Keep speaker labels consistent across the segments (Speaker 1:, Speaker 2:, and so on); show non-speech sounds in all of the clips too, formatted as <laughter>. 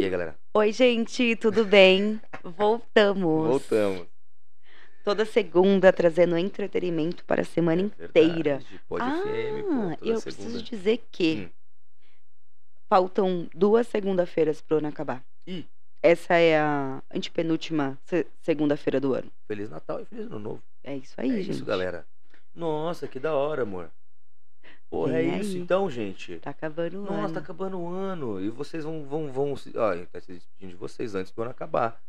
Speaker 1: aí, galera?
Speaker 2: Oi, gente, tudo bem? Voltamos.
Speaker 1: Voltamos.
Speaker 2: Toda segunda trazendo entretenimento para a semana inteira.
Speaker 1: É Verdade, Pode
Speaker 2: ah,
Speaker 1: FM, pô, toda
Speaker 2: eu
Speaker 1: segunda.
Speaker 2: preciso dizer que
Speaker 1: Hum.
Speaker 2: faltam duas segunda-feiras pro ano acabar.
Speaker 1: Ih.
Speaker 2: Essa é a antepenúltima se- segunda-feira do ano.
Speaker 1: Feliz Natal e Feliz Ano Novo.
Speaker 2: É isso aí,
Speaker 1: é
Speaker 2: gente.
Speaker 1: isso, galera. Nossa, que da hora, amor. Porra,
Speaker 2: Vem
Speaker 1: é isso
Speaker 2: aí.
Speaker 1: então, gente.
Speaker 2: Tá acabando o
Speaker 1: Nossa,
Speaker 2: ano.
Speaker 1: tá acabando o ano. E vocês vão. vão, vão se... Olha, tá se despedindo de vocês antes do ano acabar.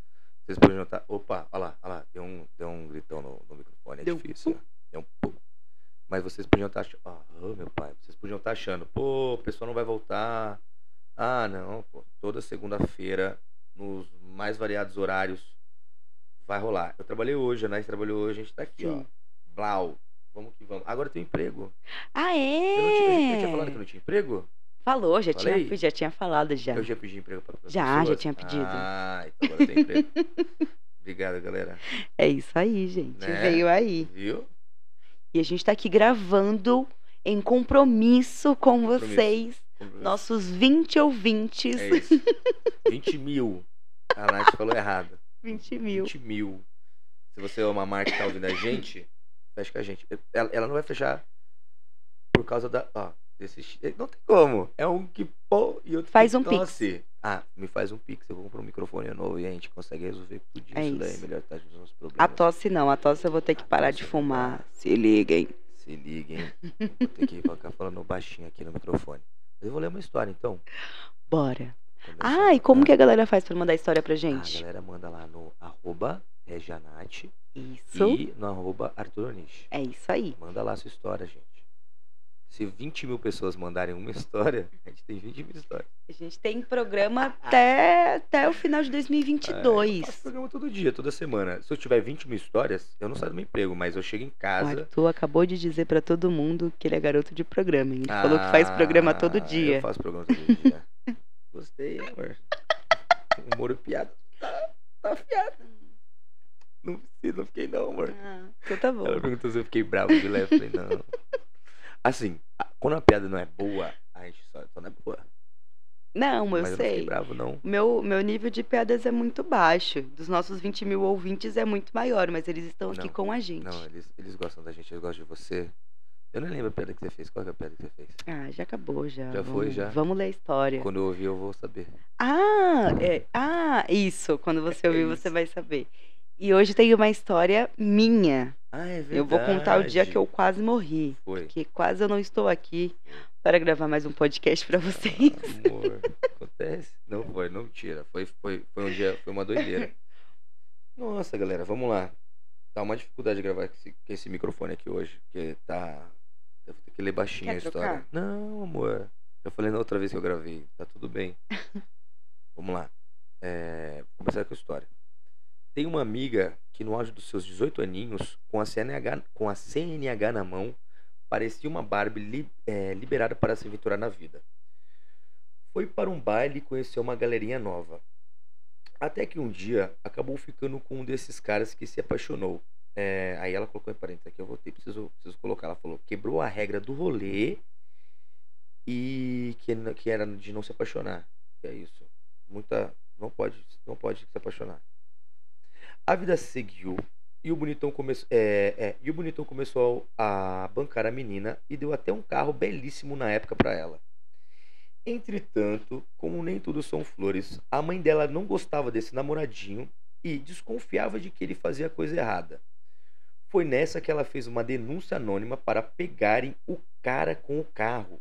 Speaker 1: Vocês podem jantar. Opa, olha lá, olha lá. Deu um, deu um gritão no, no microfone, é
Speaker 2: Deu um
Speaker 1: difícil.
Speaker 2: pum.
Speaker 1: né? Deu um pum. Mas vocês podiam estar achando. Ah, ô, meu pai, vocês podiam estar achando. Pô, o pessoal não vai voltar. Ah, não, pô. Toda segunda-feira, nos mais variados horários, vai rolar. Eu trabalhei hoje, a Nath trabalhou hoje, a gente tá aqui,
Speaker 2: Sim.
Speaker 1: ó. Blau. Vamos que vamos. Agora eu tenho emprego.
Speaker 2: Ah, é?
Speaker 1: Eu, não tinha, eu tinha falado que eu não tinha emprego?
Speaker 2: Falou, já
Speaker 1: Falei?
Speaker 2: tinha, já tinha falado já.
Speaker 1: Eu já pedi emprego pra pra
Speaker 2: Já, já
Speaker 1: pessoas?
Speaker 2: tinha pedido.
Speaker 1: Ah, então agora tem
Speaker 2: <laughs>
Speaker 1: emprego. Obrigado, galera.
Speaker 2: É isso aí, gente.
Speaker 1: Né?
Speaker 2: Veio aí.
Speaker 1: Viu?
Speaker 2: E a gente tá aqui gravando em compromisso com
Speaker 1: Compromisso.
Speaker 2: vocês, nossos 20 ouvintes. <laughs>
Speaker 1: É isso. 20 mil. A Nath falou errado.
Speaker 2: 20 mil.
Speaker 1: 20 mil. Se você é uma marca que tá ouvindo a gente, fecha com a gente. Ela, ela não vai fechar por causa da. Ó, desse, chi- eh, não tem como. É um que pô e outro
Speaker 2: Faz
Speaker 1: que
Speaker 2: um pix.
Speaker 1: tosse. Ah, me faz um pix. Eu compro um microfone novo e a gente consegue resolver tudo isso,
Speaker 2: É
Speaker 1: daí.
Speaker 2: isso.
Speaker 1: Melhor tá os nossos problemas.
Speaker 2: A tosse não, a tosse eu vou ter que parar de fumar. Se liguem.
Speaker 1: Se liguem. Vou ter que ficar falando baixinho aqui no microfone. Mas eu vou ler uma história, então.
Speaker 2: Bora.
Speaker 1: Começando
Speaker 2: Ah, e como
Speaker 1: na-
Speaker 2: que a galera faz pra mandar história pra
Speaker 1: Ah, A
Speaker 2: gente?
Speaker 1: galera manda lá no arroba Regianat
Speaker 2: Isso.
Speaker 1: e no arroba Arturonich.
Speaker 2: É isso aí.
Speaker 1: Manda lá sua história, gente. Se 20 mil pessoas mandarem uma história, <laughs> a gente tem 20 mil histórias.
Speaker 2: A gente tem programa até, até o final de
Speaker 1: É, eu faço
Speaker 2: 2022.
Speaker 1: programa todo dia, toda semana. Se eu tiver 20 mil histórias, eu não saio do meu emprego, mas eu chego em
Speaker 2: O
Speaker 1: casa.
Speaker 2: Arthur acabou de dizer pra todo mundo que ele é garoto de programa. hein? Ele falou que faz programa todo
Speaker 1: Ah, Eu
Speaker 2: dia.
Speaker 1: faço programa todo
Speaker 2: <laughs>
Speaker 1: dia. Gostei, amor. Humor e piada. Tá, tá fiado. Não precisa, não fiquei não, amor.
Speaker 2: Ah, então tá bom.
Speaker 1: Ela perguntou se eu fiquei bravo de leve. Eu falei, não. <laughs> Assim, a- quando a piada não é boa, a gente só, só não é boa.
Speaker 2: Não, eu
Speaker 1: Mas eu não
Speaker 2: sei.
Speaker 1: fiquei bravo, não.
Speaker 2: Meu, meu nível de piadas é muito baixo. Dos nossos 20 mil ouvintes é muito maior, mas eles estão aqui
Speaker 1: Não,
Speaker 2: com a gente.
Speaker 1: Não, é. eles, eles gostam da gente, eles gostam de você. Eu nem lembro a piada que você fez. Qual que é a piada que você fez?
Speaker 2: Ah, já acabou, já.
Speaker 1: Já
Speaker 2: vamos,
Speaker 1: foi, já?
Speaker 2: Vamos ler a história.
Speaker 1: Quando eu ouvir, eu vou saber.
Speaker 2: Ah, é- ah, isso.
Speaker 1: <laughs>
Speaker 2: Quando você
Speaker 1: É
Speaker 2: ouvir, você
Speaker 1: isso.
Speaker 2: vai saber. E hoje tem uma história minha.
Speaker 1: Ah, é verdade.
Speaker 2: Eu vou contar o dia que eu quase morri. <laughs>
Speaker 1: Foi.
Speaker 2: Que quase eu não estou aqui para gravar mais um podcast
Speaker 1: <laughs>
Speaker 2: para vocês.
Speaker 1: Amor, acontece. Não foi, não tira. Foi, foi, foi um dia, foi uma
Speaker 2: <laughs>
Speaker 1: doideira. Nossa, galera, vamos lá. Tá uma dificuldade de gravar com esse, com esse microfone aqui hoje, porque tá. Eu vou ter que ler baixinho
Speaker 2: Quer
Speaker 1: a história.
Speaker 2: trocar?
Speaker 1: Não, amor. Já falei na outra vez que eu gravei. Tá tudo
Speaker 2: <laughs>
Speaker 1: bem. vamos lá. É, vou começar com a história. Tem uma amiga que no auge dos seus 18 aninhos, com a CNH, com a CNH na mão, parecia uma Barbie li- eh, liberada para se aventurar na vida. Foi para um baile e conheceu uma galerinha nova. Até que um dia acabou ficando com um desses caras que se apaixonou. Eh, aí ela colocou em parênteses aqui, eu voltei, preciso, preciso colocar. Ela falou: quebrou a regra do rolê e que, n- que era de não se apaixonar. Que é isso. Muita. Não pode, não pode se apaixonar. A vida seguiu e o bonitão começou, é, é, e o bonitão começou a bancar a menina e deu até um carro belíssimo na época para ela. Entretanto, como nem tudo são flores, a mãe dela não gostava desse namoradinho e desconfiava de que ele fazia a coisa errada. Foi nessa que ela fez uma denúncia anônima para pegarem o cara com o carro.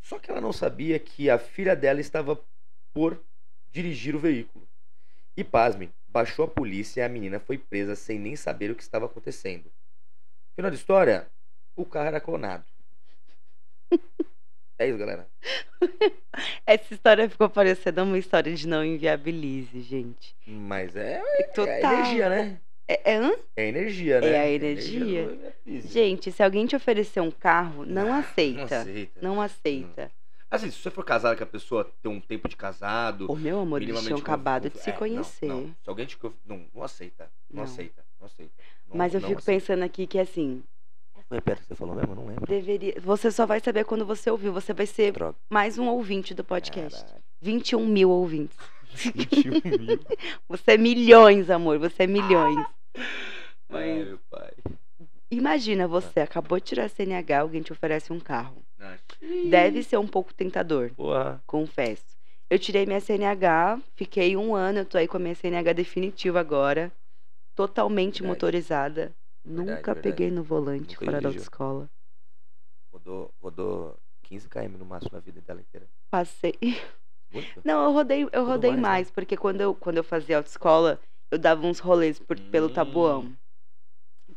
Speaker 1: Só que ela não sabia que a filha dela estava por dirigir o veículo. E pasmem, baixou a polícia e a menina foi presa sem nem saber o que estava acontecendo. Final da história, o carro era clonado. É isso, galera.
Speaker 2: Essa história ficou parecendo uma história de não inviabilize, gente.
Speaker 1: Mas é,
Speaker 2: Total.
Speaker 1: é energia, né?
Speaker 2: É, é, hã?
Speaker 1: É energia, né?
Speaker 2: É a energia.
Speaker 1: do- é física.
Speaker 2: Gente, se alguém te oferecer um carro, não
Speaker 1: Ah,
Speaker 2: aceita.
Speaker 1: Não aceita.
Speaker 2: Não aceita.
Speaker 1: Assim, se você for casado com a pessoa, tem um tempo de casado.
Speaker 2: Ô, meu amor, eles tinham
Speaker 1: minimamente conf-
Speaker 2: acabado de
Speaker 1: conf-
Speaker 2: se
Speaker 1: é, não,
Speaker 2: conhecer.
Speaker 1: não. Se alguém te. conf- Não, não aceita. Não,
Speaker 2: Não.
Speaker 1: aceita. Não aceita. Não-
Speaker 2: Mas eu
Speaker 1: não
Speaker 2: fico
Speaker 1: aceita.
Speaker 2: pensando aqui que, assim,
Speaker 1: Qual foi a pedra que você falou mesmo? Eu não lembro.
Speaker 2: deveria. Você só vai saber quando você ouvir. Você vai ser
Speaker 1: Droga. <laughs>
Speaker 2: mais um ouvinte do podcast.
Speaker 1: Caralho.
Speaker 2: 21 mil ouvintes.
Speaker 1: 21 mil.
Speaker 2: Você é milhões, amor, você é milhões.
Speaker 1: Ah. Ai,
Speaker 2: <laughs> Mas
Speaker 1: meu pai.
Speaker 2: imagina
Speaker 1: Ah.
Speaker 2: você, acabou de tirar CNH, alguém te oferece um carro.
Speaker 1: Ai,
Speaker 2: Deve ser um pouco tentador,
Speaker 1: Porra.
Speaker 2: confesso. Eu tirei minha CNH, fiquei um ano, eu tô aí com a minha CNH definitiva agora. Totalmente
Speaker 1: Verdade.
Speaker 2: motorizada.
Speaker 1: Verdade,
Speaker 2: Nunca
Speaker 1: verdade.
Speaker 2: peguei no volante
Speaker 1: Nunca
Speaker 2: fora da
Speaker 1: dirigiu.
Speaker 2: autoescola.
Speaker 1: Rodou, rodou 15 km no máximo na vida dela inteira.
Speaker 2: Passei. <laughs>
Speaker 1: Muito?
Speaker 2: Não, eu rodei, eu rodei
Speaker 1: mais,
Speaker 2: mais,
Speaker 1: né?
Speaker 2: porque quando eu, quando eu fazia autoescola, eu dava uns rolês por- pelo
Speaker 1: Hum.
Speaker 2: tabuão.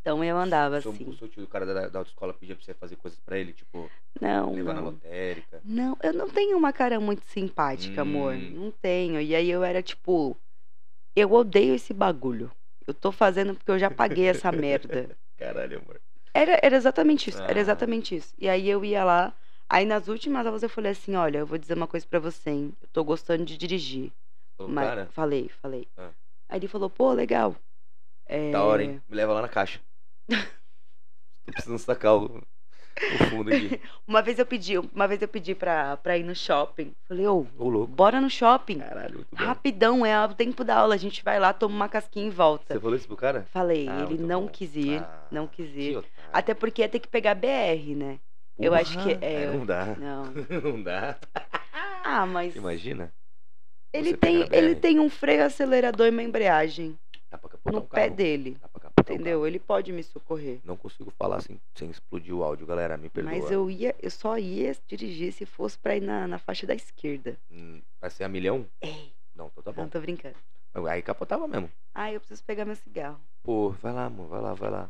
Speaker 2: Então eu andava
Speaker 1: Seu- O
Speaker 2: assim.
Speaker 1: seu tio, o cara da, da autoescola, pedia pra você fazer coisas pra ele, tipo,
Speaker 2: Não,
Speaker 1: levar na
Speaker 2: não.
Speaker 1: lotérica.
Speaker 2: Não, eu não tenho uma cara muito simpática, amor.
Speaker 1: Hum.
Speaker 2: Não tenho. E aí eu era tipo, eu odeio esse bagulho. Eu tô fazendo porque eu já paguei
Speaker 1: <laughs>
Speaker 2: essa merda.
Speaker 1: Caralho, amor.
Speaker 2: Era, era exatamente isso,
Speaker 1: Ah.
Speaker 2: era exatamente isso. E aí eu ia lá, aí nas últimas aulas eu falei assim, olha, eu vou dizer uma coisa pra você, hein? Eu tô gostando de dirigir.
Speaker 1: Falou,
Speaker 2: Mas-
Speaker 1: cara,
Speaker 2: Falei, falei.
Speaker 1: Ah.
Speaker 2: Aí ele falou, pô, legal. É,
Speaker 1: da hora, hein? Me leva lá na
Speaker 2: <laughs>
Speaker 1: caixa. Tô precisando sacar o, o fundo
Speaker 2: <laughs>
Speaker 1: aqui.
Speaker 2: Uma vez eu pedi, uma vez eu pedi pra, pra ir no shopping. Falei, ô,
Speaker 1: Ô, louco.
Speaker 2: bora no shopping.
Speaker 1: Caralho, muito bom.
Speaker 2: Rapidão, é o tempo da aula. A gente vai lá, toma uma casquinha e volta.
Speaker 1: Você falou isso pro cara?
Speaker 2: Falei,
Speaker 1: Ah,
Speaker 2: ele
Speaker 1: muito
Speaker 2: não
Speaker 1: bom.
Speaker 2: quis ir,
Speaker 1: Ah,
Speaker 2: não quis
Speaker 1: que
Speaker 2: ir.
Speaker 1: otário.
Speaker 2: Até porque ia ter que pegar BR, né? eu acho que
Speaker 1: Porra.
Speaker 2: é-
Speaker 1: Aí não dá.
Speaker 2: Não.
Speaker 1: <laughs> Não dá.
Speaker 2: Ah, mas
Speaker 1: Imagina.
Speaker 2: ele
Speaker 1: você
Speaker 2: tem,
Speaker 1: pegar
Speaker 2: ele
Speaker 1: BR.
Speaker 2: tem um freio acelerador e uma embreagem
Speaker 1: Dá pra capotar
Speaker 2: no
Speaker 1: um
Speaker 2: pé
Speaker 1: carro.
Speaker 2: dele,
Speaker 1: Dá pra capotar um
Speaker 2: entendeu? Ele pode me socorrer.
Speaker 1: carro. Não consigo falar sem, sem explodir o áudio, galera. Me perdoa.
Speaker 2: Mas eu ia, eu só ia dirigir se fosse pra ir na, na faixa da esquerda.
Speaker 1: Hum, Vai ser a milhão?
Speaker 2: É.
Speaker 1: Não, então tá bom.
Speaker 2: Não, tô brincando.
Speaker 1: Aí capotava mesmo.
Speaker 2: Ah, eu preciso pegar meu cigarro.
Speaker 1: Pô, vai lá, amor, vai lá, vai lá.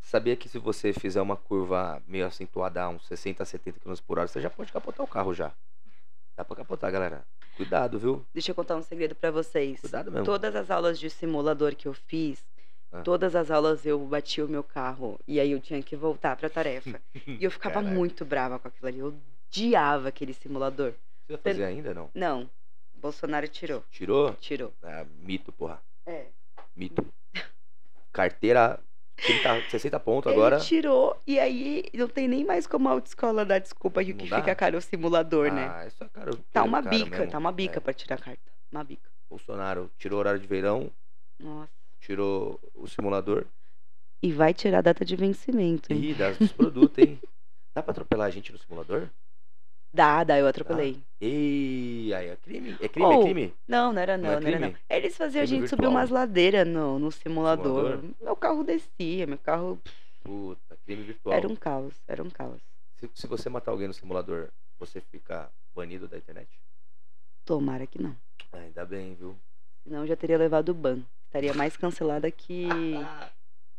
Speaker 1: Sabia que se você fizer uma curva meio acentuada a uns 60, 70 km por hora, você já pode capotar o carro já. Dá pra capotar, galera. Cuidado, viu?
Speaker 2: Deixa eu contar um segredo pra vocês.
Speaker 1: Cuidado mesmo.
Speaker 2: Todas as aulas de simulador que eu fiz,
Speaker 1: Ah.
Speaker 2: todas as aulas eu bati o meu carro e aí eu tinha que voltar
Speaker 1: <laughs>
Speaker 2: pra tarefa. E eu ficava
Speaker 1: Caralho.
Speaker 2: muito brava com aquilo ali. Eu odiava aquele simulador.
Speaker 1: Você vai fazer ainda, não?
Speaker 2: Não, Bolsonaro tirou.
Speaker 1: Tirou?
Speaker 2: Tirou.
Speaker 1: Ah, mito, porra.
Speaker 2: É.
Speaker 1: Mito. Carteira 30, 60 pontos agora.
Speaker 2: Ele tirou e aí não tem nem mais como a autoescola dar desculpa que o
Speaker 1: Não
Speaker 2: que
Speaker 1: dá?
Speaker 2: fica caro é o simulador, né?
Speaker 1: Ah, isso é cara.
Speaker 2: Tá uma
Speaker 1: cara
Speaker 2: bica,
Speaker 1: mesmo.
Speaker 2: tá uma bica
Speaker 1: É.
Speaker 2: pra tirar a carta. Uma bica.
Speaker 1: Bolsonaro tirou o horário de verão,
Speaker 2: Nossa.
Speaker 1: tirou o simulador.
Speaker 2: E vai tirar a data de vencimento, hein?
Speaker 1: Ih, dá dos produtos, hein? Dá pra atropelar a gente no simulador?
Speaker 2: Dá, dá, eu atropelei.
Speaker 1: Ei, aí é crime? É crime, é
Speaker 2: Ou-
Speaker 1: crime?
Speaker 2: Não, não era
Speaker 1: Não
Speaker 2: não,
Speaker 1: é
Speaker 2: não, era não.
Speaker 1: crime?
Speaker 2: Eles faziam a
Speaker 1: Crime
Speaker 2: gente subir
Speaker 1: virtual.
Speaker 2: umas ladeiras no, no simulador.
Speaker 1: Simulador?
Speaker 2: Meu carro descia, meu carro
Speaker 1: Puta, crime virtual.
Speaker 2: era um caos, era um caos.
Speaker 1: se, se você matar alguém no simulador, você fica banido da internet?
Speaker 2: Tomara que não.
Speaker 1: Ah, Ainda bem, viu?
Speaker 2: Senão eu já teria levado o ban. Estaria mais cancelada que.
Speaker 1: Ah,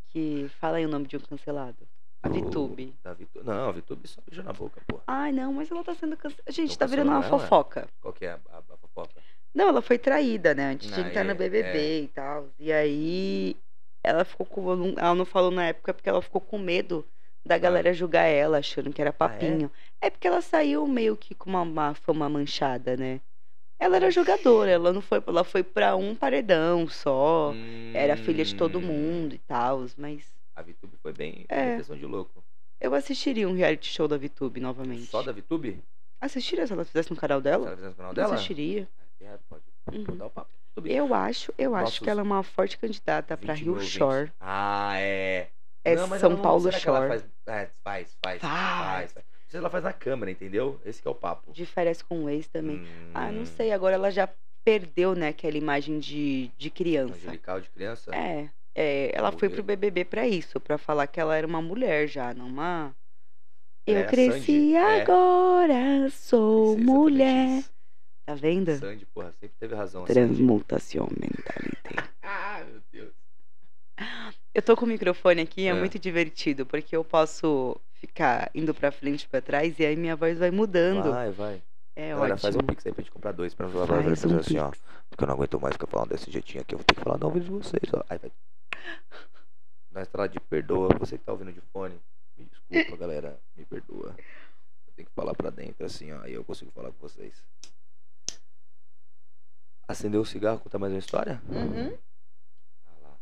Speaker 2: que. Fala aí o nome de um cancelado. A
Speaker 1: o-
Speaker 2: Vitube.
Speaker 1: Da Vitube. Não, a Vitube só beijou na boca, porra.
Speaker 2: Ai, não, mas ela tá sendo cancelada. Gente,
Speaker 1: Estão
Speaker 2: tá virando uma
Speaker 1: cancelando ela?
Speaker 2: fofoca.
Speaker 1: Qual que é a, a, a fofoca?
Speaker 2: Não, ela foi traída, né? Antes de
Speaker 1: Ah,
Speaker 2: entrar
Speaker 1: é,
Speaker 2: no BBB e tal. E aí ela ficou com. não- Ela não falou na época porque ela ficou com medo
Speaker 1: Ah.
Speaker 2: da galera julgar ela, achando que era papinho. é? porque ela saiu meio que com uma, uma fama manchada, né? Ela era jogadora, ela não foi. Ela foi pra um paredão só. Era filha de todo
Speaker 1: Hum,
Speaker 2: mundo e tal. Mas
Speaker 1: A Vitube foi bem
Speaker 2: É.
Speaker 1: é. de louco.
Speaker 2: eu assistiria um reality show da VTube novamente.
Speaker 1: Só da Vitube?
Speaker 2: Assistiria se ela fizesse no canal
Speaker 1: Se
Speaker 2: dela?
Speaker 1: ela fizer no canal
Speaker 2: Eu
Speaker 1: dela?
Speaker 2: assistiria.
Speaker 1: É, pode
Speaker 2: Uhum.
Speaker 1: mandar o papo. Vitube.
Speaker 2: Eu acho, eu acho
Speaker 1: Nossos
Speaker 2: que ela é uma forte candidata pra
Speaker 1: 20
Speaker 2: Rio
Speaker 1: mil
Speaker 2: Shore.
Speaker 1: ouvintes. Ah, é.
Speaker 2: É
Speaker 1: Não, mas
Speaker 2: São
Speaker 1: ela não-
Speaker 2: Paulo
Speaker 1: será que ela
Speaker 2: Shore.
Speaker 1: Faz, é, faz, faz,
Speaker 2: Faz.
Speaker 1: faz. faz. Não sei se ela faz na câmera, entendeu? Esse que é o papo.
Speaker 2: de férias com o ex também.
Speaker 1: Hum,
Speaker 2: Ah, não sei, agora ela já perdeu, né, aquela imagem de, de criança.
Speaker 1: Angelical de criança?
Speaker 2: É, é, ela foi
Speaker 1: Mulher.
Speaker 2: pro BBB pra isso, pra falar que ela era uma mulher já, não uma...
Speaker 1: Ela
Speaker 2: Eu
Speaker 1: é a
Speaker 2: cresci
Speaker 1: Sandy, é.
Speaker 2: agora, sou
Speaker 1: Sei exatamente
Speaker 2: mulher.
Speaker 1: isso.
Speaker 2: Tá vendo?
Speaker 1: Sandy, porra, sempre teve razão. a Sandy.
Speaker 2: Transmutação mentality.
Speaker 1: Ah, meu Deus.
Speaker 2: Eu tô com o microfone aqui, é,
Speaker 1: É.
Speaker 2: muito divertido, porque eu posso ficar indo pra frente e pra trás e aí minha voz vai mudando.
Speaker 1: Vai, vai.
Speaker 2: É
Speaker 1: Galera,
Speaker 2: ótimo.
Speaker 1: faz um pix aí pra gente comprar dois pra não falar pra
Speaker 2: Faz
Speaker 1: fazer
Speaker 2: um
Speaker 1: assim, ó.
Speaker 2: pix.
Speaker 1: Porque eu não aguento mais ficar falando desse jeitinho aqui. Eu vou ter que falar no ouvido de vocês, ó. Aí vai. Na estrada de perdoa, você que tá ouvindo de fone, me desculpa, galera. Me perdoa. Eu tenho que falar pra dentro assim, ó. E eu consigo falar com vocês. Acendeu o cigarro, contar mais uma história?
Speaker 2: Uhum.
Speaker 1: Ah lá.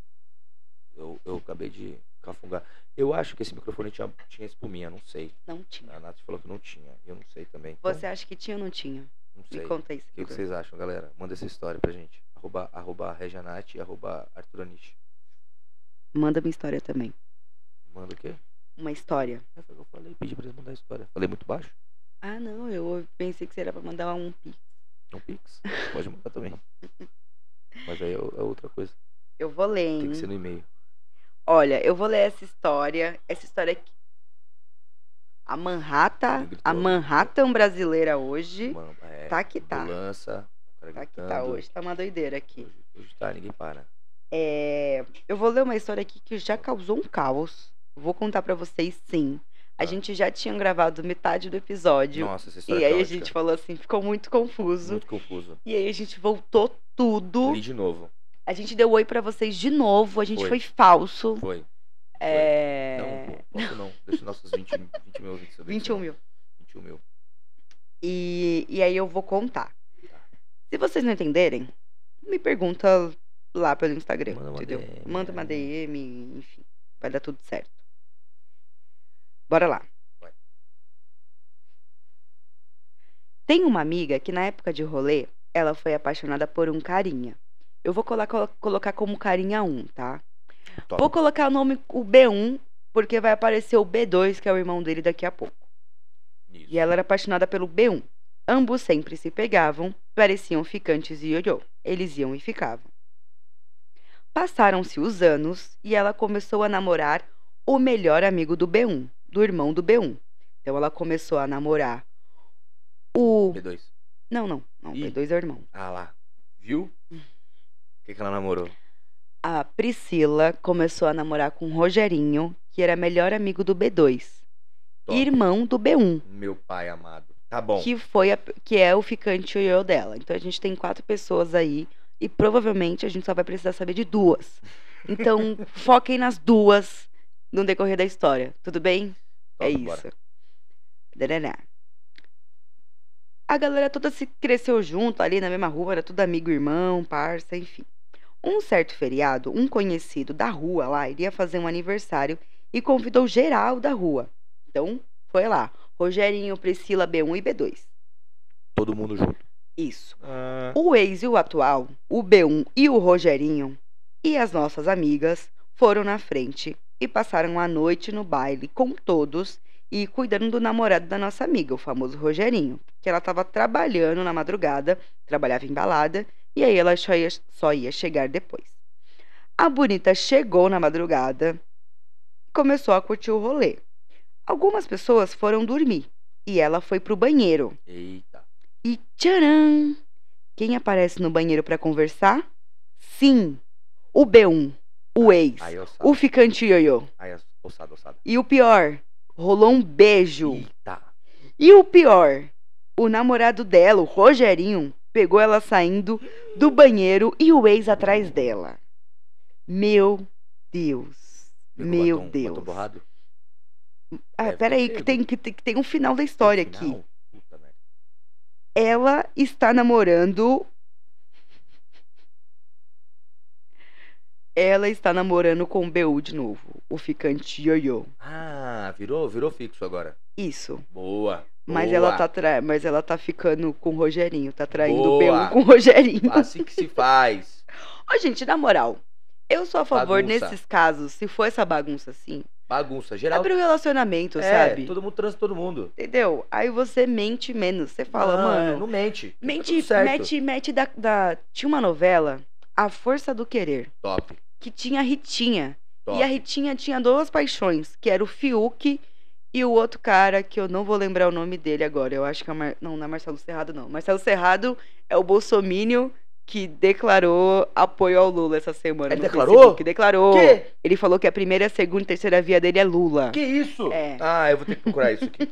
Speaker 1: Eu, eu acabei de cafungar. Eu acho que esse microfone tinha, tinha espuminha, não sei.
Speaker 2: Não tinha.
Speaker 1: A Nath falou que não tinha. Eu não sei também. Então,
Speaker 2: Você acha que tinha ou não tinha?
Speaker 1: Não sei.
Speaker 2: Me
Speaker 1: O
Speaker 2: conta isso.
Speaker 1: que, que vocês acham, galera? Manda essa história pra gente. Arroba, arroba Regianat e arroba Arturanich.
Speaker 2: Manda minha história também.
Speaker 1: Manda o quê?
Speaker 2: Uma história.
Speaker 1: É, foi o que eu falei, pedi pra eles mandar a história. Falei muito baixo?
Speaker 2: Ah, não, eu pensei que você era pra mandar um pix.
Speaker 1: Não pix. Pode mandar
Speaker 2: <laughs>
Speaker 1: também. Mas aí é o- é outra coisa.
Speaker 2: Eu vou ler, hein?
Speaker 1: Tem que ser no e-mail.
Speaker 2: Olha, eu vou ler essa história. Essa história aqui. A Manhattan,
Speaker 1: Ele gritou.
Speaker 2: a Manhattan brasileira hoje.
Speaker 1: Mano, é,
Speaker 2: Tá que tá.
Speaker 1: Ambulância. o cara
Speaker 2: Tá que tá
Speaker 1: gritando.
Speaker 2: hoje. Tá uma doideira aqui.
Speaker 1: Hoje, hoje tá, ninguém para.
Speaker 2: É, eu vou ler uma história aqui que já causou um caos. Vou contar pra vocês, sim. A
Speaker 1: Tá.
Speaker 2: gente já tinha gravado metade do episódio.
Speaker 1: Nossa, essa história
Speaker 2: E
Speaker 1: é
Speaker 2: aí a
Speaker 1: caótica.
Speaker 2: gente falou assim, ficou muito confuso.
Speaker 1: Muito confuso.
Speaker 2: E aí a gente voltou tudo.
Speaker 1: Li de novo.
Speaker 2: A gente deu oi pra vocês de novo. A gente
Speaker 1: Foi.
Speaker 2: foi, falso.
Speaker 1: Foi.
Speaker 2: É...
Speaker 1: Não, pô, posso não. Deixa nossos 20, 20 mil ouvintes saber.
Speaker 2: 21 mil.
Speaker 1: 21 mil.
Speaker 2: E, e aí eu vou contar. Se vocês não entenderem, me pergunta lá pelo Instagram,
Speaker 1: Manda uma
Speaker 2: entendeu?
Speaker 1: DM,
Speaker 2: Manda uma
Speaker 1: né?
Speaker 2: DM, enfim, vai dar tudo certo. Bora lá.
Speaker 1: Vai.
Speaker 2: Tem uma amiga que na época de rolê, ela foi apaixonada por um carinha. Eu vou colo- colo- colocar como carinha 1, tá?
Speaker 1: Top.
Speaker 2: Vou colocar o nome o B1, porque vai aparecer o B2, que é o irmão dele daqui a pouco.
Speaker 1: Isso.
Speaker 2: E ela era apaixonada pelo B1. Ambos sempre se pegavam, pareciam ficantes e ioiô. Eles iam e ficavam. Passaram-se os anos e ela começou a namorar o melhor amigo do B1, do irmão do B1. Então ela começou a namorar o.
Speaker 1: B2.
Speaker 2: Não, não, não,
Speaker 1: Ih.
Speaker 2: B2 é o irmão.
Speaker 1: Ah lá. Viu? O que, que ela namorou?
Speaker 2: A Priscila começou a namorar com o Rogerinho, que era melhor amigo do B2,
Speaker 1: Top.
Speaker 2: irmão do B1.
Speaker 1: Meu pai amado. Tá bom.
Speaker 2: que foi a- que é o ficante e eu dela. Então a gente tem quatro pessoas aí e provavelmente a gente só vai precisar saber de duas. Então foquem nas duas no decorrer da história, tudo bem?
Speaker 1: Top,
Speaker 2: é isso.
Speaker 1: bora.
Speaker 2: Darará. A galera toda se cresceu junto ali na mesma rua, era tudo amigo, irmão, parça, enfim. Um certo feriado, um conhecido da rua lá iria fazer um aniversário e convidou geral da rua. Então, foi lá. Rogerinho, Priscila, B1 e B2.
Speaker 1: Todo mundo junto.
Speaker 2: Isso.
Speaker 1: Ah,
Speaker 2: O ex e o atual, o B1 e o Rogerinho, e as nossas amigas foram na frente e passaram a noite no baile com todos e cuidando do namorado da nossa amiga, o famoso Rogerinho, que ela estava trabalhando na madrugada, trabalhava em balada, e aí ela só ia, só ia chegar depois. A bonita chegou na madrugada e começou a curtir o rolê. Algumas pessoas foram dormir e ela foi pro banheiro.
Speaker 1: Eita.
Speaker 2: E tcharam! Quem aparece no banheiro pra conversar? Sim, o B1, o ex,
Speaker 1: Aí ossada.
Speaker 2: o ficante ioiô.
Speaker 1: Aí os- ossada, ossada.
Speaker 2: E o pior, rolou um beijo.
Speaker 1: Eita.
Speaker 2: E o pior, o namorado dela, o Rogerinho, pegou ela saindo do banheiro e o ex atrás dela. Meu Deus.
Speaker 1: Viu que eu
Speaker 2: Meu
Speaker 1: batom-
Speaker 2: Deus.
Speaker 1: batom borrado?
Speaker 2: Ah,
Speaker 1: Deve ter
Speaker 2: peraí, que
Speaker 1: pego.
Speaker 2: tem, que, tem, que tem um final da história
Speaker 1: No
Speaker 2: aqui.
Speaker 1: final? Puta merda.
Speaker 2: ela está namorando. Ela está namorando com o BU de novo, o ficante Yoyo.
Speaker 1: Ah, virou, virou fixo agora.
Speaker 2: Isso.
Speaker 1: Boa.
Speaker 2: Mas
Speaker 1: boa.
Speaker 2: ela, tá tra... Mas ela tá ficando com o Rogerinho, tá traindo
Speaker 1: Boa.
Speaker 2: o BU com o Rogerinho. Ô,
Speaker 1: Assim que se faz.
Speaker 2: gente, na moral, eu sou a favor
Speaker 1: Bagunça.
Speaker 2: nesses casos, se for essa bagunça assim,
Speaker 1: Bagunça. Geral.
Speaker 2: abre o relacionamento,
Speaker 1: é,
Speaker 2: sabe?
Speaker 1: Todo mundo transa todo mundo.
Speaker 2: Entendeu? Aí você mente menos, você fala,
Speaker 1: não,
Speaker 2: mano,
Speaker 1: Não mente. Tá
Speaker 2: mente,
Speaker 1: tudo certo.
Speaker 2: mete, mete da- da... Tinha uma novela, A Força do Querer.
Speaker 1: Top.
Speaker 2: que tinha a Ritinha.
Speaker 1: Top.
Speaker 2: E a Ritinha tinha duas paixões, que era o Fiuk e o outro cara, que eu não vou lembrar o nome dele agora. Eu acho que é o Mar... Não, não é Marcelo Serrado, não. Marcelo Serrado é o bolsomínio que declarou apoio ao Lula essa semana.
Speaker 1: Ele
Speaker 2: no
Speaker 1: declarou?
Speaker 2: Facebook. Declarou.
Speaker 1: Que?
Speaker 2: Ele falou que a primeira, segunda e terceira via dele é Lula.
Speaker 1: Que isso?
Speaker 2: É.
Speaker 1: Ah, eu vou ter que procurar isso aqui.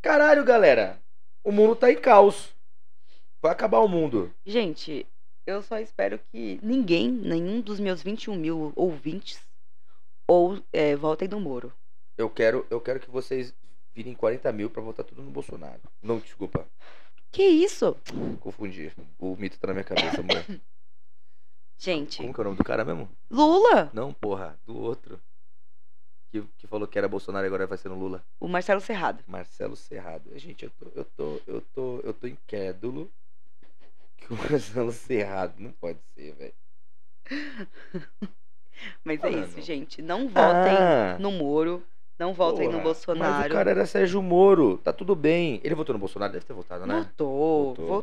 Speaker 1: Caralho, galera. O mundo tá em caos. Vai acabar o mundo.
Speaker 2: Gente, eu só espero que ninguém, nenhum dos meus 21 mil ouvintes, ou é, voltem do Moro.
Speaker 1: Eu quero, eu quero que vocês virem 40 mil pra votar tudo no Bolsonaro. Não, desculpa.
Speaker 2: Que isso?
Speaker 1: Confundi. O mito tá na minha cabeça, <laughs> amor.
Speaker 2: Gente,
Speaker 1: Como que é o nome do cara mesmo?
Speaker 2: Lula!
Speaker 1: Não, porra. Do outro. que, que falou que era Bolsonaro e agora vai ser no Lula?
Speaker 2: O Marcelo Serrado.
Speaker 1: Marcelo Serrado. Gente, eu tô, eu tô, eu tô, eu tô incrédulo que o Marcelo Serrado não pode ser, velho.
Speaker 2: Mas é
Speaker 1: Mano.
Speaker 2: isso, gente. Não votem
Speaker 1: Ah,
Speaker 2: no Moro. Não votem
Speaker 1: porra,
Speaker 2: no
Speaker 1: Mas o
Speaker 2: Bolsonaro.
Speaker 1: cara era Sérgio Moro, tá tudo bem. Ele votou no Bolsonaro, deve ter votado, né?
Speaker 2: Votou,
Speaker 1: Votou,
Speaker 2: votou,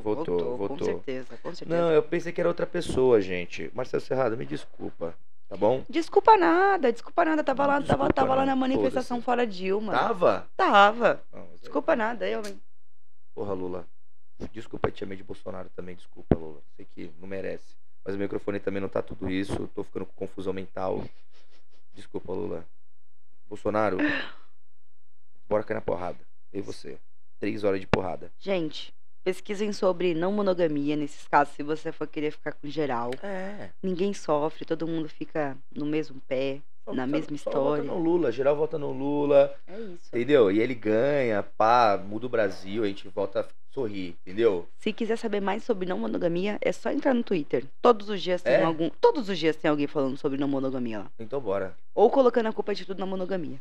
Speaker 1: votou,
Speaker 2: votou,
Speaker 1: votou, votou.
Speaker 2: Com certeza, com certeza.
Speaker 1: Não, eu pensei que era outra pessoa, gente. Marcelo Serrado, me desculpa, tá bom?
Speaker 2: Desculpa nada, desculpa nada. Tava lá,
Speaker 1: Desculpa
Speaker 2: tava, tava
Speaker 1: nada,
Speaker 2: lá na manifestação
Speaker 1: foda-se. Tá?
Speaker 2: fora Dilma.
Speaker 1: Tava?
Speaker 2: Tava.
Speaker 1: Não, mas aí-
Speaker 2: Desculpa nada, eu, hein?
Speaker 1: Porra, Lula. Desculpa, eu te amei de Bolsonaro também, desculpa, Lula. Sei que não merece. Mas o microfone também não tá tudo isso. Tô ficando com confusão mental. Desculpa, Lula. Bolsonaro, bora cair na porrada. Eu e você. Três horas de porrada.
Speaker 2: Gente, pesquisem sobre não monogamia nesses casos, se você for querer ficar com geral.
Speaker 1: É.
Speaker 2: Ninguém sofre, todo mundo fica no mesmo pé. Na
Speaker 1: Vota
Speaker 2: mesma história.
Speaker 1: no Lula. Geral vota no Lula.
Speaker 2: É isso.
Speaker 1: Entendeu? E ele ganha, pá, muda o Brasil. A gente volta a sorrir, entendeu?
Speaker 2: Se quiser saber mais sobre não monogamia, é só entrar no Twitter. Todos os dias tem
Speaker 1: É?
Speaker 2: algum, todos os dias tem alguém falando sobre não monogamia lá,
Speaker 1: Então bora.
Speaker 2: ou colocando a culpa de tudo na monogamia.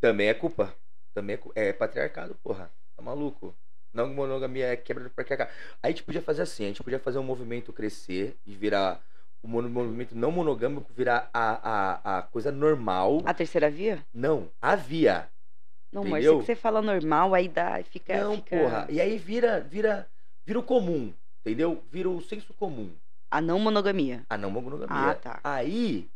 Speaker 1: Também é culpa. Também é, cu- é patriarcado, porra. Tá maluco? Não monogamia é quebra do patriarcado. Aí a gente podia fazer assim, a gente podia fazer um movimento crescer e virar o mono- movimento não monogâmico virar a, a, a coisa normal.
Speaker 2: A terceira via?
Speaker 1: Não, havia.
Speaker 2: Não, mas
Speaker 1: Entendeu?
Speaker 2: que você fala normal, aí dá, fica.
Speaker 1: não,
Speaker 2: fica-
Speaker 1: porra. E aí vira, vira, vira o comum, entendeu? Vira o senso comum.
Speaker 2: A não monogamia.
Speaker 1: A não monogamia.
Speaker 2: Ah, tá.
Speaker 1: Aí,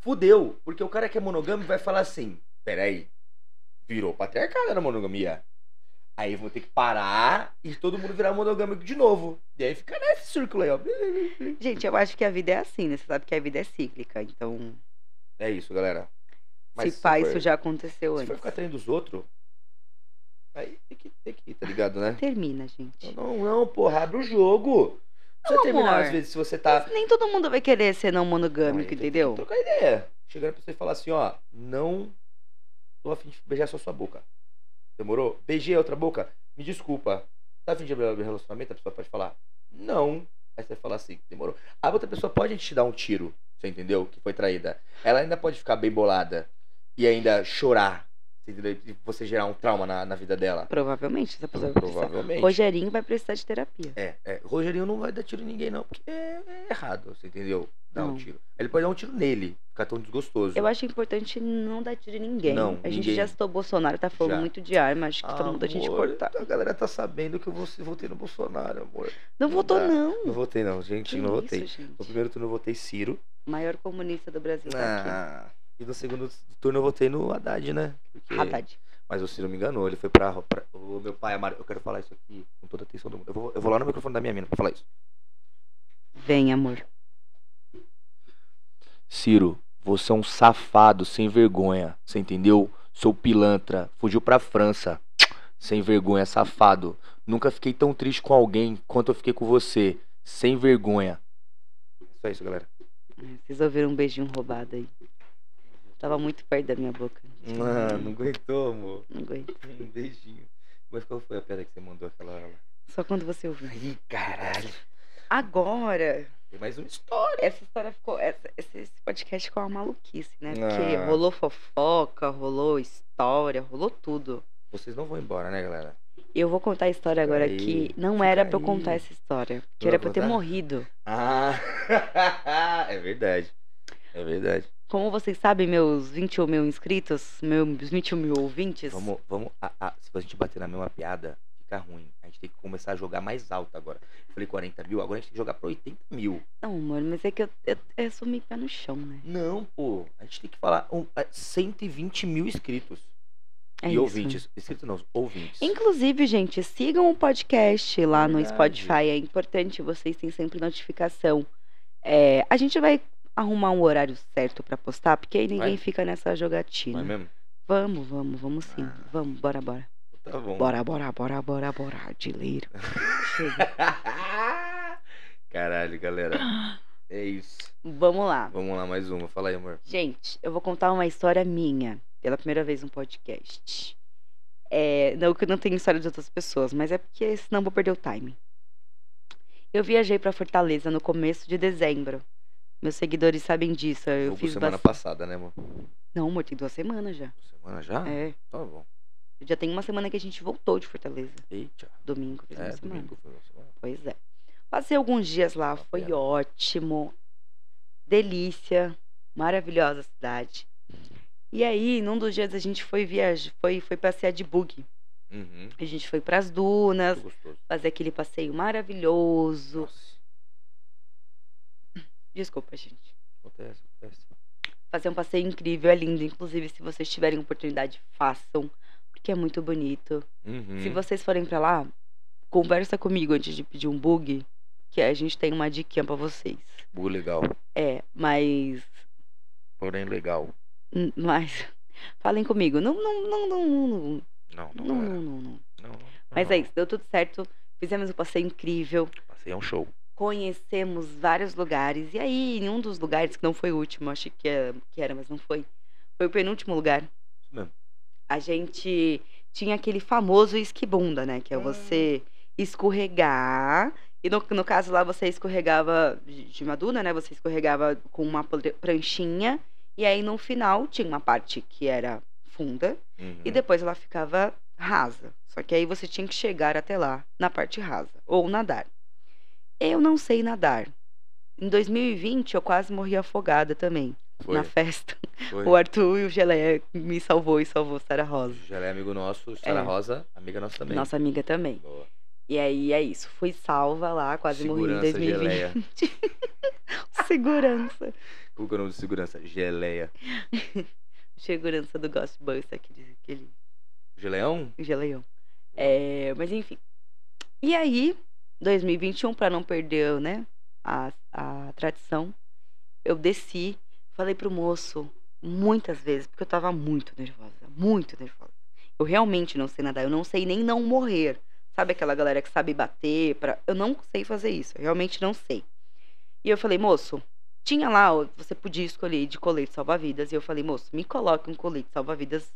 Speaker 1: fudeu. Porque o cara que é monogâmico vai falar assim: peraí, virou patriarcado na monogamia. Aí vão ter que parar e todo mundo virar monogâmico de novo. E aí fica nesse círculo aí, ó.
Speaker 2: Gente, eu acho que a vida é assim, né? Você sabe que a vida é cíclica, então.
Speaker 1: É isso, galera.
Speaker 2: se pá,
Speaker 1: for-
Speaker 2: isso já aconteceu
Speaker 1: Se for
Speaker 2: antes.
Speaker 1: ficar traindo os outros, aí tem que, tem que ir, tá ligado, né?
Speaker 2: Termina, gente.
Speaker 1: Não, não, porra, abre o jogo. Não precisa
Speaker 2: Não,
Speaker 1: terminar
Speaker 2: amor.
Speaker 1: às vezes se você tá.
Speaker 2: Nem todo mundo vai querer ser não monogâmico,
Speaker 1: Aí tem é que
Speaker 2: entendeu?
Speaker 1: Trocar ideia. Chegar pra você e falar assim, ó, não tô afim de beijar só sua boca. Demorou? Beijei a outra boca? Me desculpa. Tá afim de abrir um relacionamento? A pessoa pode falar, não. Aí você fala assim, demorou. A outra pessoa pode te dar um tiro, você entendeu? Que foi traída. Ela ainda pode ficar bem bolada e ainda chorar. você entendeu? E você gerar um trauma na, na vida dela.
Speaker 2: Provavelmente essa pessoa vai precisar.
Speaker 1: Provavelmente.
Speaker 2: Rogerinho vai precisar de terapia.
Speaker 1: É, é. Rogerinho não vai dar tiro em ninguém, não, porque é é errado, você entendeu? Dar um
Speaker 2: Não.
Speaker 1: tiro. Ele pode dar um tiro nele, ficar tão desgostoso.
Speaker 2: Hum. Eu acho importante não dar tiro em ninguém.
Speaker 1: Não,
Speaker 2: a gente
Speaker 1: ninguém.
Speaker 2: já citou o Bolsonaro, tá falando
Speaker 1: Já.
Speaker 2: muito de arma, acho que todo mundo a gente
Speaker 1: Amor,
Speaker 2: cortar.
Speaker 1: A galera tá sabendo que eu vou- votei no Bolsonaro, amor.
Speaker 2: Não
Speaker 1: não
Speaker 2: votou,
Speaker 1: dá.
Speaker 2: não.
Speaker 1: Não votei, não, gente.
Speaker 2: Que
Speaker 1: não Tá. votei.
Speaker 2: isso, gente.
Speaker 1: No primeiro turno eu votei Ciro.
Speaker 2: Maior comunista do Brasil tá
Speaker 1: Ah, e no segundo turno eu votei no Haddad, né? Porque-
Speaker 2: aqui. Haddad.
Speaker 1: Mas o Ciro me enganou. Ele foi pra. pra- O meu pai amado. Eu quero falar isso aqui com toda a atenção do mundo. Eu vou, eu vou lá no microfone da minha mina pra falar isso.
Speaker 2: Vem, amor.
Speaker 1: Ciro, você é um safado, sem vergonha, você entendeu? Sou pilantra, fugiu pra França, sem vergonha, safado. Nunca fiquei tão triste com alguém quanto eu fiquei com você, sem vergonha. Só isso, galera.
Speaker 2: É, Vocês ouviram um beijinho roubado aí. Tava muito perto da minha boca.
Speaker 1: Ah, não aguentou, amor.
Speaker 2: Não aguento.
Speaker 1: Um beijinho. Mas qual foi a pedra que você mandou aquela hora?
Speaker 2: Só quando você ouvir.
Speaker 1: Ih, caralho.
Speaker 2: Agora,
Speaker 1: Tem mais um uma história.
Speaker 2: essa história ficou. essa- esse, esse podcast ficou uma maluquice, né? Porque
Speaker 1: Ah.
Speaker 2: rolou fofoca, rolou história, rolou tudo.
Speaker 1: Vocês não vão embora, né, galera?
Speaker 2: Eu vou contar a história agora
Speaker 1: Aí,
Speaker 2: aqui. Não
Speaker 1: fica
Speaker 2: era pra eu
Speaker 1: aí.
Speaker 2: contar essa história. Porque
Speaker 1: Não vai
Speaker 2: era pra eu ter
Speaker 1: contar?
Speaker 2: morrido.
Speaker 1: Ah, <laughs> é verdade. É verdade.
Speaker 2: Como vocês sabem, meus 21 mil inscritos, meus 21 mil ouvintes.
Speaker 1: Vamos, vamos. a- a- se a gente bater na mesma piada, fica ruim. A gente tem que começar a jogar mais alto agora. Eu falei 40 mil, agora a gente tem que jogar pra 80 mil.
Speaker 2: Não, amor, mas é que eu, eu, eu sou meio pé no chão, né?
Speaker 1: Não, pô. A gente tem que falar um, a- 120 mil inscritos.
Speaker 2: É
Speaker 1: e
Speaker 2: isso.
Speaker 1: ouvintes. Inscritos não, ouvintes.
Speaker 2: Inclusive, gente, sigam o podcast lá no
Speaker 1: Verdade.
Speaker 2: Spotify. É importante, vocês têm sempre notificação. É, a gente vai arrumar um horário certo pra postar, porque aí ninguém
Speaker 1: Vai?
Speaker 2: fica nessa jogatina.
Speaker 1: Não é mesmo?
Speaker 2: Vamos, vamos, vamos sim.
Speaker 1: Ah.
Speaker 2: Vamos, bora, bora.
Speaker 1: Tá bom.
Speaker 2: Bora, bora, bora, bora, bora. Dileiro. Chega.
Speaker 1: <laughs> Caralho, galera. É isso.
Speaker 2: Vamos lá.
Speaker 1: Vamos lá, mais uma. Fala aí, amor.
Speaker 2: Gente, eu vou contar uma história minha, pela primeira vez num podcast. É, não que eu não tenha história de outras pessoas, mas é porque senão eu vou perder o time. Eu viajei pra Fortaleza no começo de dezembro. Meus seguidores sabem disso. Eu
Speaker 1: Fogo
Speaker 2: fiz
Speaker 1: semana
Speaker 2: bas-
Speaker 1: passada, né, amor?
Speaker 2: Não, amor, tem duas semanas já.
Speaker 1: Semana já?
Speaker 2: É.
Speaker 1: Tá bom.
Speaker 2: Já tem uma semana que a gente voltou de Fortaleza.
Speaker 1: Eita.
Speaker 2: Domingo, fez uma
Speaker 1: É,
Speaker 2: semana.
Speaker 1: domingo foi uma semana.
Speaker 2: Pois é. Passei alguns dias lá,
Speaker 1: Uma
Speaker 2: foi
Speaker 1: pena.
Speaker 2: ótimo. Delícia, maravilhosa cidade. E aí, num dos dias a gente foi viajar, foi foi passear de bug.
Speaker 1: Uhum.
Speaker 2: A gente foi pras dunas,
Speaker 1: Muito gostoso.
Speaker 2: fazer aquele passeio maravilhoso.
Speaker 1: Nossa,
Speaker 2: Desculpa, gente.
Speaker 1: acontece, acontece.
Speaker 2: Fazer um passeio incrível, é lindo. Inclusive, se vocês tiverem oportunidade, façam, porque é muito bonito.
Speaker 1: Uhum.
Speaker 2: Se vocês forem pra lá, conversa comigo antes de pedir um bug, que a gente tem uma diquinha pra vocês.
Speaker 1: Boa, legal.
Speaker 2: É, mas
Speaker 1: Porém, legal.
Speaker 2: Hum, Mas falem comigo. Não, não, não, não, não, não,
Speaker 1: Não, não,
Speaker 2: não,
Speaker 1: era.
Speaker 2: não, não, não.
Speaker 1: Não, não,
Speaker 2: Mas
Speaker 1: É. não.
Speaker 2: é isso, deu tudo certo. Fizemos um passeio incrível,
Speaker 1: Passei é um show.
Speaker 2: conhecemos vários lugares. E aí, em um dos lugares, que não foi o último, achei que era, que era mas não foi. Foi o penúltimo lugar.
Speaker 1: Isso mesmo.
Speaker 2: A gente tinha aquele famoso esquibunda, né? Que é
Speaker 1: Hum.
Speaker 2: você escorregar. E no, no caso lá, você escorregava de de uma duna, né? Você escorregava com uma pran- pranchinha. E aí, no final, tinha uma parte que era funda.
Speaker 1: Uhum.
Speaker 2: E depois ela ficava rasa. Só que aí você tinha que chegar até lá, na parte rasa, ou nadar. Eu não sei nadar. Em 2020, eu quase morri afogada também,
Speaker 1: Foi,
Speaker 2: na festa.
Speaker 1: foi.
Speaker 2: O Arthur e o Geleia me salvou e salvou Sara Rosa,
Speaker 1: Já é amigo nosso, Sara
Speaker 2: É.
Speaker 1: Rosa, amiga nossa também.
Speaker 2: nossa amiga também.
Speaker 1: Boa.
Speaker 2: E aí é isso, fui salva lá, quase morri em
Speaker 1: segurança,
Speaker 2: 2020.
Speaker 1: geleia.
Speaker 2: <laughs> Segurança.
Speaker 1: Como que é o nome de segurança? Geleia.
Speaker 2: Segurança do Ghostbuster, aquele, aquele
Speaker 1: Geleão?
Speaker 2: geleião. É, mas enfim. E aí, 2021, pra não perder, né, a, a tradição, eu desci, falei pro moço muitas vezes, porque eu tava muito nervosa, muito nervosa. Eu realmente não sei nadar, eu não sei nem não morrer. Sabe aquela galera que sabe bater para, eu não sei fazer isso, eu realmente não sei. E eu falei, moço, tinha lá, ó, você podia escolher de colete salva-vidas, e eu falei, moço, me coloque um colete salva-vidas,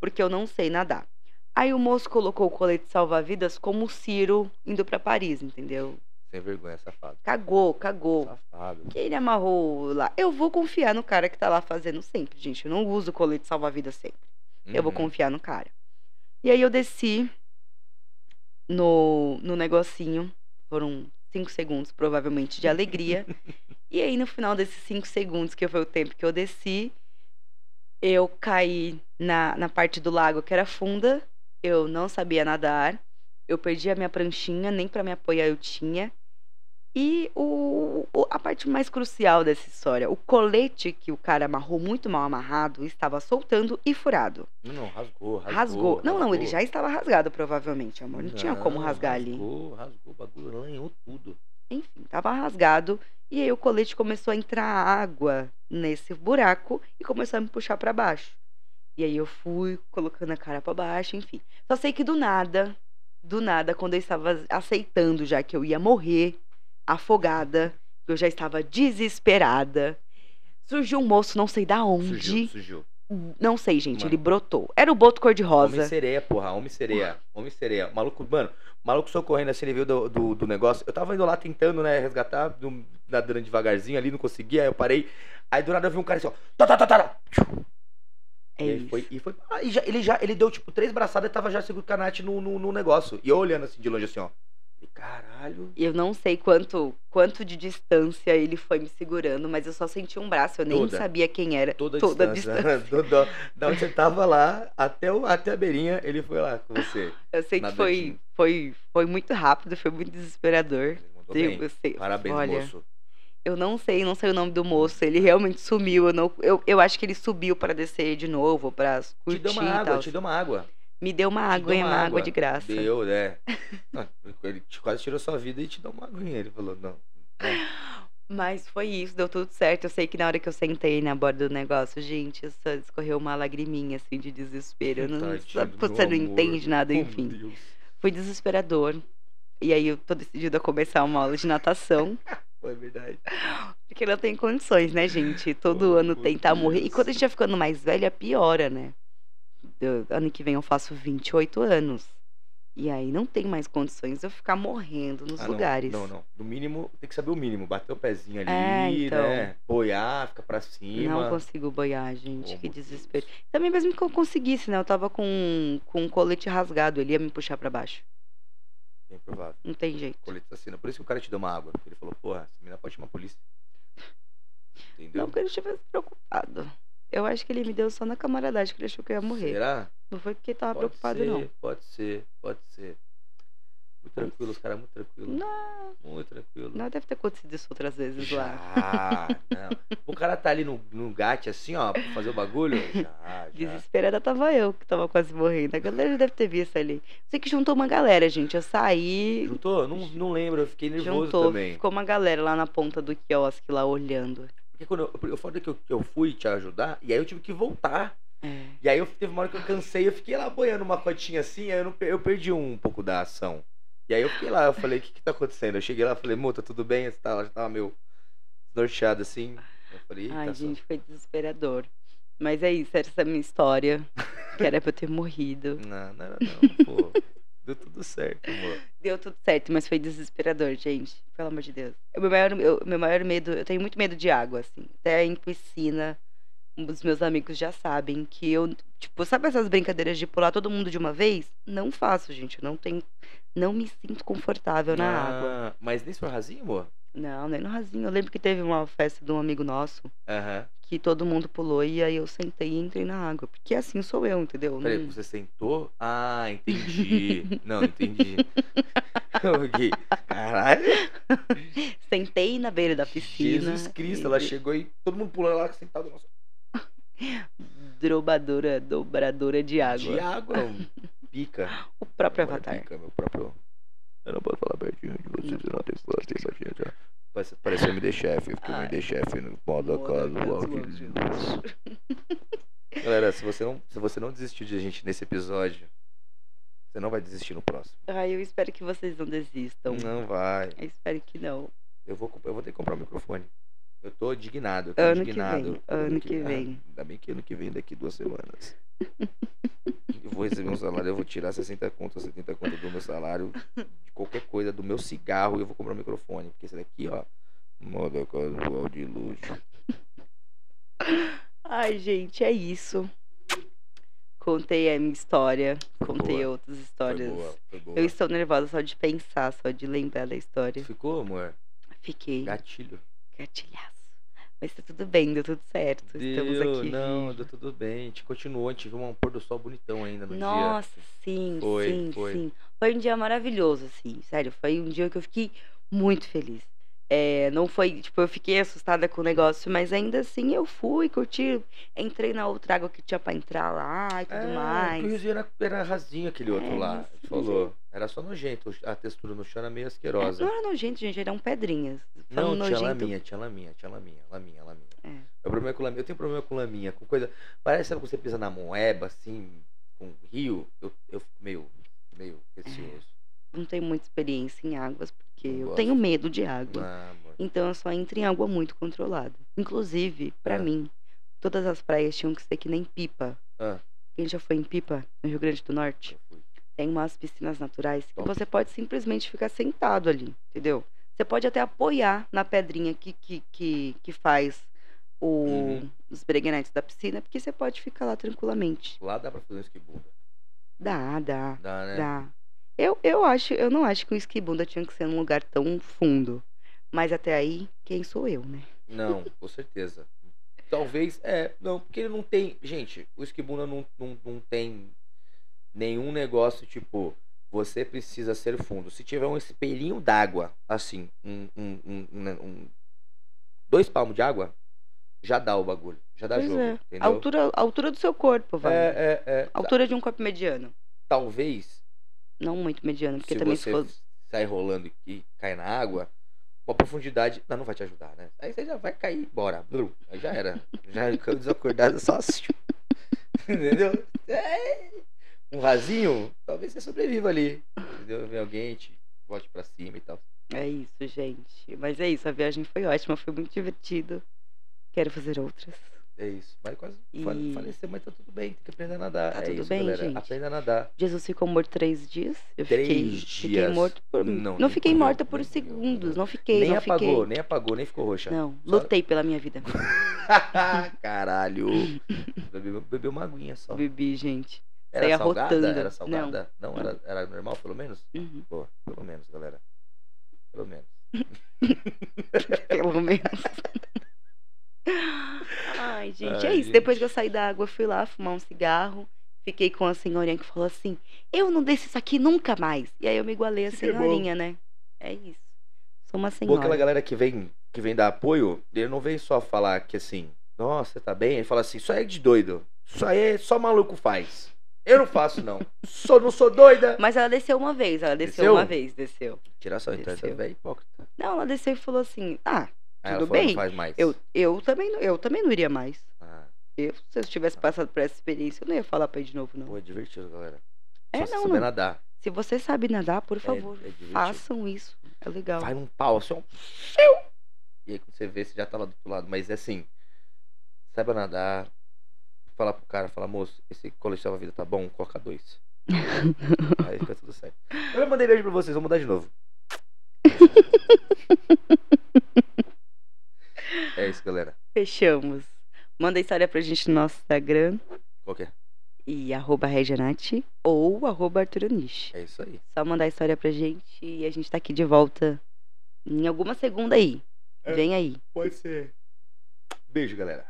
Speaker 2: porque eu não sei nadar. Aí o moço colocou o colete salva-vidas como o Ciro indo pra Paris, entendeu?
Speaker 1: Sem vergonha, safado.
Speaker 2: Cagou, cagou.
Speaker 1: Safado.
Speaker 2: Que ele amarrou lá. Eu vou confiar no cara que tá lá fazendo sempre, gente. Eu não uso colete salva-vida sempre. Eu vou
Speaker 1: Uhum.
Speaker 2: confiar no cara. E aí eu desci no, no negocinho. Foram cinco segundos, provavelmente, de alegria. e aí, no final desses cinco segundos, que foi o tempo que eu desci, eu caí na, na parte do lago que era funda. Eu não sabia nadar. Eu perdi a minha pranchinha, nem pra me apoiar eu tinha. E o, o- a parte mais crucial dessa história, o colete que o cara amarrou muito mal amarrado, estava soltando e furado.
Speaker 1: Não, não, rasgou, rasgou.
Speaker 2: Rasgou. Não, não, ele
Speaker 1: rasgou.
Speaker 2: já estava rasgado, provavelmente, amor. Não, tinha como
Speaker 1: Não,
Speaker 2: rasgar ali.
Speaker 1: Rasgou, rasgou, o bagulho lanhou tudo.
Speaker 2: Enfim, estava rasgado. E aí o colete começou a entrar água nesse buraco e começou a me puxar para baixo. E aí eu fui colocando a cara para baixo, enfim. Só sei que do nada, do nada, quando eu estava aceitando já que eu ia morrer, afogada, eu já estava desesperada, surgiu um moço, não sei da onde,
Speaker 1: Surgiu, surgiu.
Speaker 2: não sei, gente,
Speaker 1: Mano.
Speaker 2: ele brotou. Era o boto
Speaker 1: Homem
Speaker 2: cor-de-rosa.
Speaker 1: sereia, porra. Homem sereia. Homem sereia. Maluco, mano, maluco socorrendo assim, ele viu do, do, do negócio. Eu tava indo lá tentando, né, resgatar, do- nadando devagarzinho ali, não conseguia, aí eu parei. Aí do nada eu vi um cara assim, ó. Tá, tá, tá, tá, tá.
Speaker 2: É
Speaker 1: e aí
Speaker 2: isso.
Speaker 1: foi, e foi. Ah, e já, ele já, ele deu tipo três braçadas e tava já segurando o canate no, no, no negócio. E eu olhando assim de longe assim, ó. Falei, Caralho.
Speaker 2: E Eu não sei quanto, quanto de distância ele foi me segurando, mas eu só senti um braço, eu nem
Speaker 1: Toda.
Speaker 2: sabia quem era.
Speaker 1: Toda a
Speaker 2: Toda a
Speaker 1: distância. <laughs> do- do- da onde você tava lá, até, o, até a beirinha, ele foi lá com você.
Speaker 2: Eu sei que
Speaker 1: Nada
Speaker 2: foi,
Speaker 1: de-
Speaker 2: foi, foi muito rápido, foi muito desesperador.
Speaker 1: Ele mandou
Speaker 2: Eu,
Speaker 1: bem.
Speaker 2: eu sei-
Speaker 1: Parabéns,
Speaker 2: olha,
Speaker 1: moço.
Speaker 2: eu não sei, não sei o nome do moço. Ele realmente sumiu. Eu, não, eu, eu acho que ele subiu para descer de novo, para curtir
Speaker 1: Te deu uma
Speaker 2: e
Speaker 1: água,
Speaker 2: tal.
Speaker 1: te deu uma água.
Speaker 2: Me deu uma água,
Speaker 1: deu
Speaker 2: hein,
Speaker 1: uma
Speaker 2: uma água
Speaker 1: água.
Speaker 2: de graça.
Speaker 1: Deu, né? <laughs> Não, ele te- quase tirou sua vida e te deu uma aguinha. Ele falou, não.
Speaker 2: Mas foi isso, deu tudo certo. Eu sei que na hora que eu sentei na borda do negócio, gente, só escorreu uma lagriminha assim de desespero. Eu não-
Speaker 1: Tadinho do
Speaker 2: você não
Speaker 1: meu amor.
Speaker 2: entende nada,
Speaker 1: Oh,
Speaker 2: enfim.
Speaker 1: meu Deus.
Speaker 2: Foi desesperador. E aí eu tô decidida a começar uma aula de natação.
Speaker 1: Foi verdade.
Speaker 2: Porque não tem condições, né, gente? Todo
Speaker 1: Oh,
Speaker 2: ano
Speaker 1: meu
Speaker 2: tentar morrer. E
Speaker 1: Deus.
Speaker 2: quando a gente vai ficando mais velha, piora, né? Eu- ano que vem eu faço 28 anos. E aí não tem mais condições de eu ficar morrendo nos
Speaker 1: Ah, não,
Speaker 2: lugares.
Speaker 1: Não, não. No mínimo, tem que saber o mínimo. Bater o pezinho ali,
Speaker 2: É, então.
Speaker 1: né? Boiar, ficar pra
Speaker 2: Não
Speaker 1: cima.
Speaker 2: consigo boiar, gente.
Speaker 1: Como
Speaker 2: que
Speaker 1: que
Speaker 2: desespero. Também mesmo que eu conseguisse, né? Eu tava com, um- com um colete rasgado, ele ia me puxar pra baixo.
Speaker 1: Bem provável.
Speaker 2: Não tem jeito.
Speaker 1: Colete assassina. Por isso que o cara te deu uma água. Ele falou, porra, essa menina pode chamar a polícia. Entendeu?
Speaker 2: Não que ele estivesse preocupado. Eu acho que ele me deu só na camaradagem, que ele achou que eu ia morrer.
Speaker 1: Será?
Speaker 2: Não foi porque ele tava
Speaker 1: Pode
Speaker 2: preocupado,
Speaker 1: ser,
Speaker 2: não.
Speaker 1: Pode ser, pode ser. Muito tranquilo, os caras muito tranquilo.
Speaker 2: Não,
Speaker 1: Muito tranquilo.
Speaker 2: não deve ter acontecido isso outras vezes
Speaker 1: Já,
Speaker 2: lá.
Speaker 1: não. O cara tá ali no, no gate assim, ó, pra fazer o
Speaker 2: <laughs>
Speaker 1: bagulho. Já, já.
Speaker 2: Desesperada tava eu, que tava quase morrendo. A galera já deve ter visto ali. Sei que juntou uma galera, gente. Eu saí,
Speaker 1: Juntou? Não, não lembro, eu fiquei nervoso
Speaker 2: juntou,
Speaker 1: também.
Speaker 2: ficou uma galera lá na ponta do quiosque, lá olhando.
Speaker 1: Porque quando eu, eu falei que eu, que eu fui te ajudar, e aí eu tive que voltar.
Speaker 2: É.
Speaker 1: E aí eu teve uma hora que eu cansei, eu fiquei lá boiando uma cotinha assim, aí eu, não pe- eu perdi um pouco da ação. E aí eu fiquei lá, eu falei, o que que tá acontecendo? Eu cheguei lá, falei, Mô, tá tudo bem? Ela já tava meio norteado assim. Eu falei, eita,
Speaker 2: Ai,
Speaker 1: só-
Speaker 2: gente, foi desesperador. Mas é isso, essa é a minha história. Que era pra eu ter
Speaker 1: <laughs>
Speaker 2: morrido.
Speaker 1: Não, não era não, pô. Deu tudo certo, amor.
Speaker 2: Deu tudo certo, mas foi desesperador, gente. Pelo amor de Deus. O meu maior, eu- meu maior medo, eu tenho muito medo de água, assim. Até em piscina, os meus amigos já sabem que eu, tipo, sabe essas brincadeiras de pular todo mundo de uma vez? Não faço, gente. Eu não tenho. Não me sinto confortável na água.
Speaker 1: Ah, Mas nem se for rasinho, amor?
Speaker 2: Não, nem no rasinho. Eu lembro que teve uma festa de um amigo nosso
Speaker 1: Aham.
Speaker 2: que todo mundo pulou e aí eu sentei e entrei na água. Porque assim sou eu, entendeu?
Speaker 1: Peraí,
Speaker 2: Não-
Speaker 1: você sentou? Ah, entendi.
Speaker 2: <laughs>
Speaker 1: Não, entendi. <laughs> Ok. Caralho.
Speaker 2: Sentei na beira da piscina.
Speaker 1: Jesus Cristo,
Speaker 2: e
Speaker 1: ela
Speaker 2: de-
Speaker 1: chegou e todo mundo pulando lá sentado. Nossa,
Speaker 2: Drobadora, dobradora de água.
Speaker 1: de água. é um
Speaker 2: <laughs>
Speaker 1: Pica.
Speaker 2: O próprio
Speaker 1: Agora é
Speaker 2: avatar.
Speaker 1: Pica, meu próprio. Eu não posso falar pertinho de vocês, eu não tenho posso ter paciência. Parece- Parece o MD Chef, eu fiquei o
Speaker 2: Ai.
Speaker 1: MD Chef no modo
Speaker 2: Modo
Speaker 1: acaso.
Speaker 2: acaso,
Speaker 1: logo
Speaker 2: logo
Speaker 1: eles-
Speaker 2: eles-
Speaker 1: Galera, se você, não, se você não desistiu de a gente nesse episódio, você não vai desistir no próximo.
Speaker 2: Ai, eu espero que vocês não desistam.
Speaker 1: Não vai.
Speaker 2: Eu espero que não.
Speaker 1: Eu vou, comp- eu vou ter que comprar um microfone. Eu tô indignado. Eu tô
Speaker 2: Ano que
Speaker 1: indignado.
Speaker 2: vem, ano que vem.
Speaker 1: Ah, ainda bem que ano que vem, daqui duas
Speaker 2: <laughs>
Speaker 1: semanas. eu vou receber um salário, eu vou tirar 60 contas, 70 contas do meu salário, de qualquer coisa, do meu cigarro, e eu vou comprar um microfone. Porque esse daqui, ó. Moda casual de luxo.
Speaker 2: Ai, gente, é isso. Contei a minha história.
Speaker 1: Foi
Speaker 2: Contei
Speaker 1: boa,
Speaker 2: outras
Speaker 1: Foi
Speaker 2: histórias.
Speaker 1: boa, foi boa.
Speaker 2: Eu estou nervosa só de pensar, só de lembrar da história.
Speaker 1: Ficou, amor?
Speaker 2: Fiquei
Speaker 1: Gatilho.
Speaker 2: gatilhaço. Mas tá tudo bem, deu tudo certo. Estamos
Speaker 1: Deu,
Speaker 2: aqui.
Speaker 1: Não,
Speaker 2: vivos.
Speaker 1: deu tudo bem. A gente continuou, a gente viu um pôr do sol bonitão ainda no um dia.
Speaker 2: Nossa, sim,
Speaker 1: Foi,
Speaker 2: sim,
Speaker 1: foi.
Speaker 2: sim. Foi um dia maravilhoso, assim, sério. Foi um dia que eu fiquei muito feliz. É, não foi, tipo, eu fiquei assustada com o negócio, mas ainda assim eu fui, curti, entrei na outra água que tinha pra entrar lá e tudo
Speaker 1: É, porque O
Speaker 2: mais.
Speaker 1: Riozinho era, era rasinho aquele outro
Speaker 2: É,
Speaker 1: lá.
Speaker 2: mas-
Speaker 1: Ele Falou. Era só nojento. A textura no chão era meio asquerosa.
Speaker 2: Não era nojento, gente, eram pedrinhas. Foi
Speaker 1: Não,
Speaker 2: um
Speaker 1: tinha
Speaker 2: É, nojento.
Speaker 1: laminha, tinha laminha, tinha laminha, laminha, laminha.
Speaker 2: É.
Speaker 1: Meu problema é com laminha. Eu tenho problema com laminha, com coisa. Parece sabe, quando você pisa na moeba, assim, com rio, eu, eu fico meio, meio
Speaker 2: É.
Speaker 1: receoso.
Speaker 2: Não tenho muita experiência em águas, porque
Speaker 1: Não
Speaker 2: eu
Speaker 1: gosto.
Speaker 2: tenho medo de água.
Speaker 1: Ah, amor.
Speaker 2: Então eu só entro em água muito controlada. Inclusive, pra
Speaker 1: Ah.
Speaker 2: mim, todas as praias tinham que ser que nem pipa.
Speaker 1: Ah.
Speaker 2: Quem já foi em pipa, no Rio Grande do Norte?
Speaker 1: Eu fui.
Speaker 2: tem umas piscinas naturais que
Speaker 1: Top.
Speaker 2: você pode simplesmente ficar sentado ali, entendeu? Você pode até apoiar na pedrinha que, que, que, que faz o,
Speaker 1: Uhum.
Speaker 2: os breguenetes da piscina, porque você pode ficar lá tranquilamente.
Speaker 1: Lá dá pra fazer um esquibunda.
Speaker 2: Dá, dá,
Speaker 1: Dá, né?
Speaker 2: dá. Eu, eu acho, eu não acho que o esquibunda tinha que ser num lugar tão fundo. Mas até aí, quem sou eu, né?
Speaker 1: Não, com certeza. Talvez, é, não, porque ele não tem. Gente, o Esquibunda não, não, não tem nenhum negócio tipo, você precisa ser fundo. Se tiver um espelhinho d'água, assim, um, um, um, um- um- Dois palmos de água, já dá o bagulho. Já dá
Speaker 2: Pois
Speaker 1: jogo.
Speaker 2: é. A
Speaker 1: Entendeu?
Speaker 2: altura, a altura do seu corpo, vai.
Speaker 1: É, é, é.
Speaker 2: A altura de um corpo mediano.
Speaker 1: Talvez,
Speaker 2: Não muito mediano, porque tá
Speaker 1: se
Speaker 2: também
Speaker 1: você
Speaker 2: se for
Speaker 1: sai rolando e- e cai na água, uma profundidade não, não vai te ajudar, né? Aí você já vai cair, bora. Blu, Aí já era.
Speaker 2: <laughs>
Speaker 1: Já ficou desacordado só assim. <laughs> entendeu? É. Um rasinho, talvez você sobreviva ali. Entendeu? Vem alguém, te bote pra cima e tal.
Speaker 2: É isso, gente. Mas é isso, a viagem foi ótima, foi muito divertido. Quero fazer outras.
Speaker 1: É isso. Vai quase
Speaker 2: E-
Speaker 1: fale- falecer, mas tá tudo bem. Tem que aprender a nadar.
Speaker 2: Tá
Speaker 1: é
Speaker 2: tudo
Speaker 1: isso,
Speaker 2: bem,
Speaker 1: galera.
Speaker 2: gente?
Speaker 1: Aprenda a nadar.
Speaker 2: Jesus ficou morto três dias. Eu
Speaker 1: Três
Speaker 2: fiquei, fiquei
Speaker 1: dias.
Speaker 2: morto por.
Speaker 1: Não,
Speaker 2: Não,
Speaker 1: nem
Speaker 2: fiquei
Speaker 1: fudeu,
Speaker 2: morta por
Speaker 1: nem fudeu,
Speaker 2: segundos.
Speaker 1: fudeu.
Speaker 2: Não fiquei,
Speaker 1: nem
Speaker 2: não
Speaker 1: apagou,
Speaker 2: fiquei.
Speaker 1: nem apagou, nem ficou roxa.
Speaker 2: Não,
Speaker 1: Só-
Speaker 2: lutei pela minha vida.
Speaker 1: <laughs>
Speaker 2: <laughs>
Speaker 1: Caralho. Bebeu, bebeu uma aguinha só.
Speaker 2: Bebi, gente.
Speaker 1: Era
Speaker 2: saía
Speaker 1: salgada?
Speaker 2: rotando.
Speaker 1: Era salgada? Não, era, era normal, pelo menos?
Speaker 2: Uhum.
Speaker 1: Boa, pelo menos, galera. Pelo menos.
Speaker 2: Pelo menos. Ai, gente, é
Speaker 1: Ai,
Speaker 2: isso. Depois
Speaker 1: gente.
Speaker 2: que eu saí da água, eu fui lá fumar um cigarro. Fiquei com a senhorinha que falou assim: Eu não desço isso aqui nunca mais. E aí eu me igualei a
Speaker 1: Que bom.
Speaker 2: senhorinha, né? É isso. Sou uma
Speaker 1: Pô, aquela
Speaker 2: senhora.
Speaker 1: galera que vem, que vem dar apoio, ele não vem só falar que assim, nossa, você tá bem? Ele fala assim, isso aí é de doido. Isso aí é só maluco faz. Eu não faço, não. sou, não sou doida.
Speaker 2: Mas ela desceu uma vez, ela desceu,
Speaker 1: Desceu?
Speaker 2: uma vez, desceu.
Speaker 1: Tiração, então
Speaker 2: Desceu.
Speaker 1: essa véia é hipócrita.
Speaker 2: Não, ela desceu e falou assim: Ah,
Speaker 1: Aí ela
Speaker 2: Tudo
Speaker 1: falou, não
Speaker 2: bem,
Speaker 1: faz mais.
Speaker 2: eu, eu, também, não- eu também não iria mais.
Speaker 1: Ah,
Speaker 2: Eu, se eu tivesse passado por essa experiência, eu não ia falar pra ele de novo, não.
Speaker 1: pô, é divertido, galera.
Speaker 2: É,
Speaker 1: só se
Speaker 2: não,
Speaker 1: souber
Speaker 2: não.
Speaker 1: nadar.
Speaker 2: Se você sabe nadar, por
Speaker 1: É-
Speaker 2: favor,
Speaker 1: é divertido.
Speaker 2: façam isso. É legal.
Speaker 1: Vai num pau, assim, um... E aí quando você vê, você já tá lá do outro lado. Mas é assim, saiba nadar, falar pro cara, falar, moço, esse colesterol da vida tá bom, coloca dois. aí fica tudo certo. Eu já mandei beijo pra vocês, vou mandar de novo. é isso, galera.
Speaker 2: Fechamos. Manda história pra gente no nosso Instagram
Speaker 1: Qual que é?
Speaker 2: e arroba Regianati ou arroba Arturonish.
Speaker 1: É isso aí.
Speaker 2: Só mandar história pra gente e a gente tá aqui de volta em alguma segunda aí.
Speaker 1: É.
Speaker 2: Vem aí.
Speaker 1: Pode ser. Beijo, galera.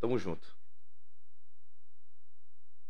Speaker 1: Tamo junto.